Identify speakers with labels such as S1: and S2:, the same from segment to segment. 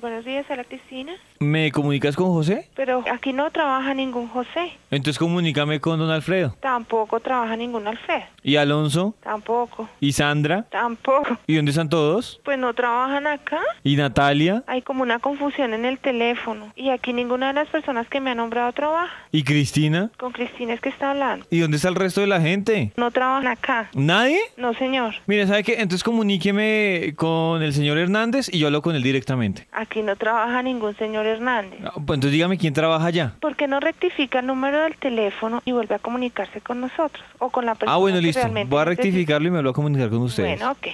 S1: Buenos días a la Cristina,
S2: ¿Me comunicas con José?
S1: pero aquí no trabaja ningún José,
S2: Entonces comunícame con don Alfredo.
S1: tampoco trabaja ningún Alfred,
S2: ¿Y Alonso?
S1: tampoco,
S2: ¿Y Sandra?
S1: tampoco.
S2: ¿Y dónde están todos?
S1: Pues no trabajan acá.
S2: ¿Y Natalia?
S1: Hay como una confusión en el teléfono y aquí ninguna de las personas que me ha nombrado trabaja.
S2: ¿Y Cristina?
S1: Con Cristina es que está hablando.
S2: ¿Y dónde está el resto de la gente?
S1: No trabajan acá.
S2: ¿Nadie?
S1: No, señor.
S2: Mire, ¿sabe qué? Entonces comuníqueme con el señor Hernández y yo hablo con él directamente.
S1: Aquí no trabaja ningún señor Hernández.
S2: Ah, pues Entonces dígame quién trabaja allá.
S1: ¿Por qué no rectifica el número del teléfono y vuelve a comunicarse con nosotros o con la persona
S2: Ah, bueno,
S1: Pues que
S2: listo.
S1: realmente
S2: Voy a
S1: necesita?
S2: rectificarlo y me voy a comunicar con ustedes.
S1: Bueno, ok.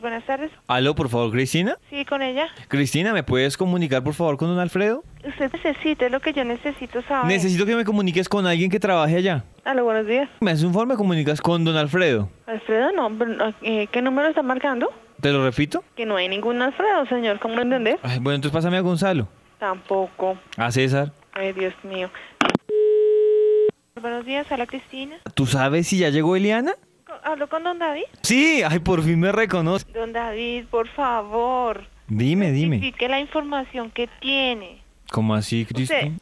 S1: Buenas tardes.
S2: Aló, por favor, Cristina.
S1: Sí, con ella.
S2: Cristina, ¿me puedes comunicar, por favor, con don Alfredo?
S1: Usted necesita, es lo que yo necesito saber.
S2: Necesito que me comuniques con alguien que trabaje allá.
S1: Aló, buenos días.
S2: ¿Me haces un favor? ¿Me comunicas con don Alfredo?
S1: Alfredo, no, pero, no, eh, ¿qué número está marcando?
S2: ¿Te lo repito?
S1: Que no hay ningún Alfredo, señor, ¿cómo lo entendés?
S2: Ay, bueno, entonces pásame a Gonzalo.
S1: Tampoco.
S2: A César.
S1: Ay, Dios mío. Buenos días, hola Cristina.
S2: ¿Tú sabes si ya llegó Eliana?
S1: Co- ¿Hablo con don David?
S2: Sí, ay, por fin me reconoce.
S1: Don David, por favor.
S2: Dime, dime.
S1: Verifique la información que tiene.
S2: ¿Cómo así, Cristo?
S1: Usted-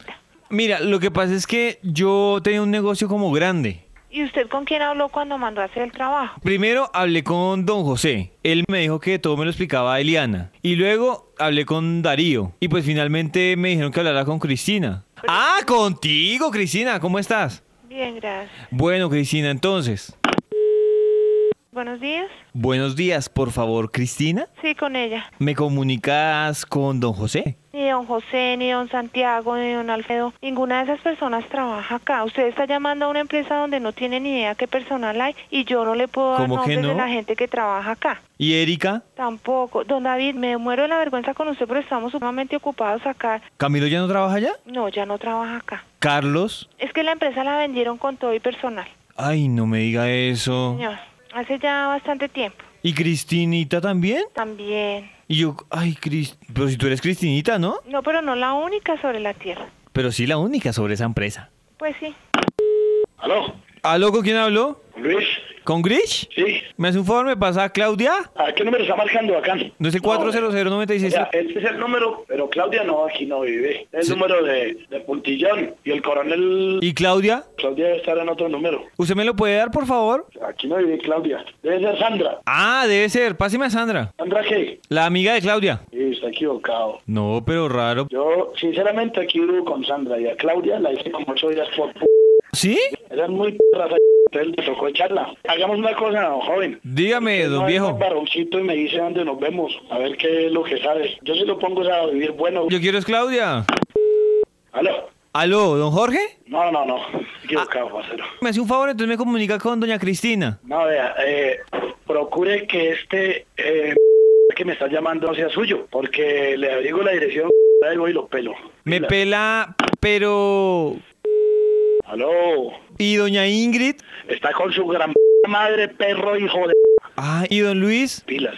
S2: Mira, lo que pasa es que yo tenía un negocio como grande.
S1: ¿Y usted con quién habló cuando mandó a hacer el trabajo?
S2: Primero hablé con don José. Él me dijo que todo me lo explicaba Eliana. Y luego hablé con Darío. Y pues finalmente me dijeron que hablara con Cristina. Ah, contigo, Cristina. ¿Cómo estás?
S1: Bien, gracias.
S2: Bueno, Cristina, entonces.
S1: Buenos días.
S2: Buenos días, por favor, Cristina.
S1: Sí, con ella.
S2: ¿Me comunicas con don José?
S1: Ni don José, ni don Santiago, ni don Alfredo, ninguna de esas personas trabaja acá. Usted está llamando a una empresa donde no tiene ni idea qué personal hay y yo no le puedo dar
S2: ¿Cómo que
S1: nombres de
S2: no?
S1: la gente que trabaja acá.
S2: ¿Y Erika?
S1: Tampoco. Don David, me muero de la vergüenza con usted, pero estamos sumamente ocupados acá.
S2: ¿Camilo ya no trabaja allá?
S1: No, ya no trabaja acá.
S2: ¿Carlos?
S1: Es que la empresa la vendieron con todo y personal.
S2: Ay, no me diga eso.
S1: Señor, hace ya bastante tiempo.
S2: ¿Y Cristinita también?
S1: También.
S2: Y yo, ay, Cris... Pero si tú eres Cristinita, ¿no?
S1: No, pero no la única sobre la tierra.
S2: Pero sí la única sobre esa empresa.
S1: Pues sí.
S3: ¿Aló?
S2: ¿Aló, con quién habló?
S3: ¿Luis?
S2: ¿Con Grish?
S3: Sí.
S2: ¿Me hace un favor? ¿Me pasa a Claudia?
S3: ¿A qué número está marcando acá?
S2: No es el 40096.
S3: Mira, este es el número, pero Claudia no, aquí no vive. Es el
S2: Sí.
S3: número de, de Puntillón y el coronel
S2: ¿Y Claudia?
S3: Claudia debe estar en otro número.
S2: ¿Usted me lo puede dar, por favor?
S3: Aquí no vive Claudia. Debe ser Sandra.
S2: Ah, debe ser. Páseme a Sandra.
S3: ¿Sandra qué?
S2: La amiga de Claudia.
S3: Sí, está equivocado.
S2: No, pero raro.
S3: Yo, sinceramente, aquí vivo con Sandra y a Claudia la hice como ocho días por p...
S2: ¿Sí?
S3: Eran muy p... Entonces le tocó echarla. Hagamos una cosa, don joven.
S2: Dígame,
S3: No,
S2: Eh, don
S3: es
S2: viejo.
S3: un varoncito y me dice dónde nos vemos. A ver qué es lo que sabes. Yo si lo pongo a vivir bueno.
S2: Yo quiero es Claudia.
S3: ¿Aló?
S2: ¿Aló, don Jorge?
S3: No, no, no. Equivocado,
S2: Ah.
S3: parcero.
S2: Me hace un favor, entonces me comunica con doña Cristina.
S3: No, vea, eh, procure que este eh, que me está llamando no sea suyo, porque le abrigo la dirección y voy y lo pelo.
S2: Me
S3: La-
S2: pela, pero...
S3: Aló.
S2: ¿Y doña Ingrid?
S3: Está con su gran madre, perro, hijo de
S2: Ah, ¿y don Luis?
S3: pilas.